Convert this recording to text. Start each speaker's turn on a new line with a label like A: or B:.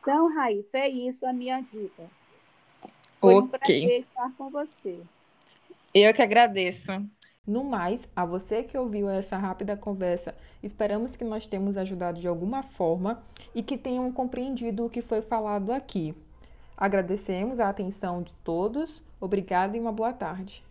A: Então, Raíssa, é isso a minha dica. Foi um
B: Ok.
A: prazer estar com você.
B: Eu que agradeço.
C: No mais, a você que ouviu essa rápida conversa, esperamos que nós tenhamos ajudado de alguma forma e que tenham compreendido o que foi falado aqui. Agradecemos a atenção de todos, obrigada e uma boa tarde.